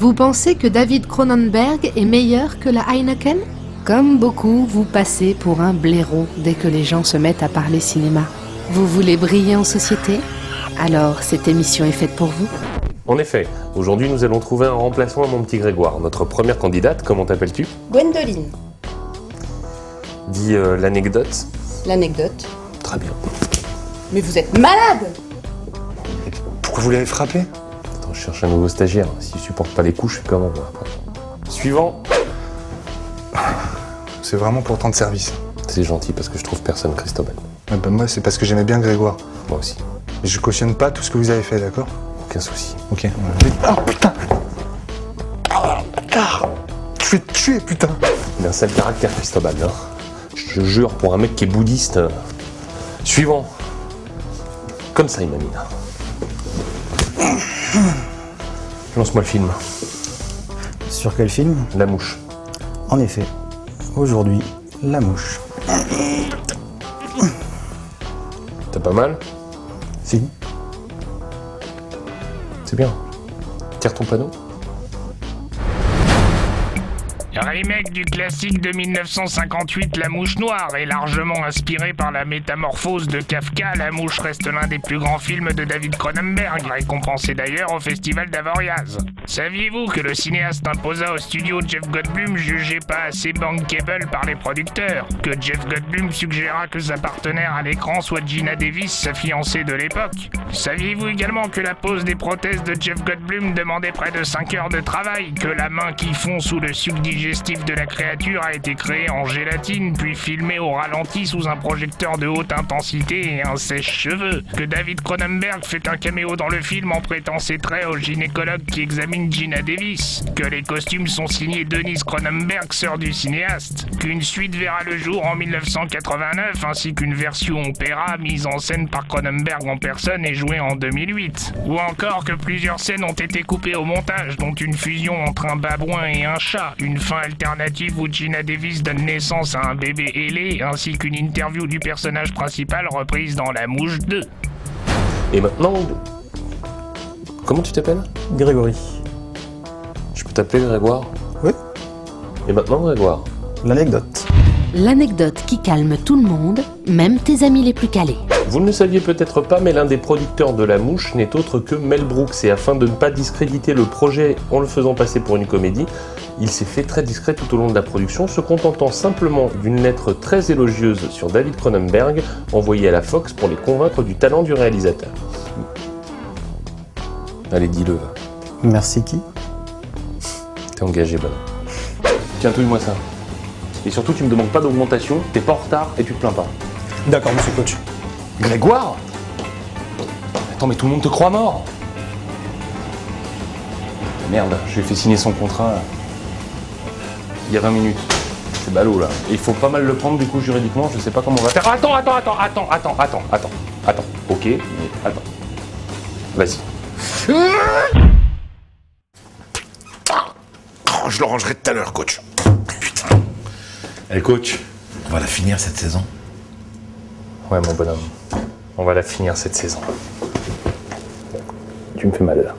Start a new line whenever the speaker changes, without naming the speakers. Vous pensez que David Cronenberg est meilleur que la Heineken Comme beaucoup, vous passez pour un blaireau dès que les gens se mettent à parler cinéma. Vous voulez briller en société Alors cette émission est faite pour vous.
En effet, aujourd'hui nous allons trouver un remplaçant à mon petit Grégoire. Notre première candidate, comment t'appelles-tu
Gwendoline,
Dis euh, l'anecdote.
l'anecdote.
Très bien.
Mais vous êtes malade
Pourquoi vous l'avez frappé
Attends, je cherche un nouveau stagiaire. S'il supporte pas les couches, je fais comment moi après Suivant.
C'est vraiment pour tant de service.
C'est gentil parce que je trouve personne, Christobal.
Ah ben moi, c'est parce que j'aimais bien Grégoire.
Moi aussi.
Je cautionne pas tout ce que vous avez fait, d'accord
Aucun souci.
Ok. voilà. Oh putain Oh, tard Je vais te tuer, putain
Il a un sale caractère, Christobal. hein. je te jure, pour un mec qui est bouddhiste. euh, Suivant. Comme ça, il m'a mis là. Lance-moi le film.
Sur quel film
La mouche.
En effet, aujourd'hui, La Mouche.
T'as pas mal
Si
C'est bien. Tire ton panneau.
Un remake du classique de 1958 La Mouche Noire est largement inspiré par la métamorphose de Kafka. La Mouche reste l'un des plus grands films de David Cronenberg, récompensé d'ailleurs au Festival d'Avoriaz. Saviez-vous que le cinéaste imposa au studio Jeff Goldblum jugé pas assez bankable par les producteurs Que Jeff Goldblum suggéra que sa partenaire à l'écran soit Gina Davis, sa fiancée de l'époque Saviez-vous également que la pose des prothèses de Jeff Goldblum demandait près de 5 heures de travail Que la main qui fond sous le suc digestif de la créature a été créée en gélatine, puis filmée au ralenti sous un projecteur de haute intensité et un sèche-cheveux Que David Cronenberg fait un caméo dans le film en prêtant ses traits au gynécologue qui examine Gina Davis Que les costumes sont signés Denise Cronenberg, sœur du cinéaste Qu'une suite verra le jour en 1989 ainsi qu'une version opéra mise en scène par Cronenberg en personne et jouée en 2008. Ou encore que plusieurs scènes ont été coupées au montage, dont une fusion entre un babouin et un chat, une fin alternative où Gina Davis donne naissance à un bébé ailé, ainsi qu'une interview du personnage principal reprise dans La Mouche 2.
Et maintenant. Comment tu t'appelles
Grégory.
Je peux t'appeler Grégoire
Oui
Et maintenant, Grégoire
L'anecdote.
L'anecdote qui calme tout le monde, même tes amis les plus calés.
Vous ne le saviez peut-être pas, mais l'un des producteurs de La Mouche n'est autre que Mel Brooks. Et afin de ne pas discréditer le projet en le faisant passer pour une comédie, il s'est fait très discret tout au long de la production, se contentant simplement d'une lettre très élogieuse sur David Cronenberg envoyée à la Fox pour les convaincre du talent du réalisateur. Allez, dis-le, va.
Merci qui
T'es engagé, ben. Tiens, touille-moi ça. Et surtout, tu me demandes pas d'augmentation, t'es pas en retard et tu te plains pas.
D'accord, monsieur coach.
Grégoire Attends, mais tout le monde te croit mort Merde, je lui ai fait signer son contrat là. il y a 20 minutes. C'est ballot là. Et il faut pas mal le prendre du coup juridiquement, je sais pas comment on va faire. Attends, attends, attends, attends, attends, attends, attends, attends. Ok, mais attends. Vas-y.
Oh, je le rangerai tout à l'heure, coach.
Eh coach
On va la finir cette saison.
Ouais mon bonhomme, on va la finir cette saison. Tu me fais mal là.